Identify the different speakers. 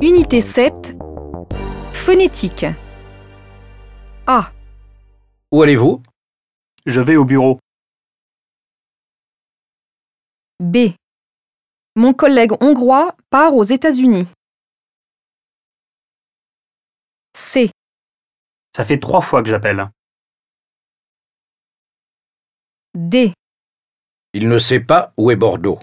Speaker 1: Unité 7 Phonétique A,
Speaker 2: Où allez-vous
Speaker 3: Je vais au bureau.
Speaker 1: B Mon collègue hongrois part aux États-Unis. C,
Speaker 3: Ça fait trois fois que j'appelle.
Speaker 1: D,
Speaker 2: Il ne sait pas où est Bordeaux.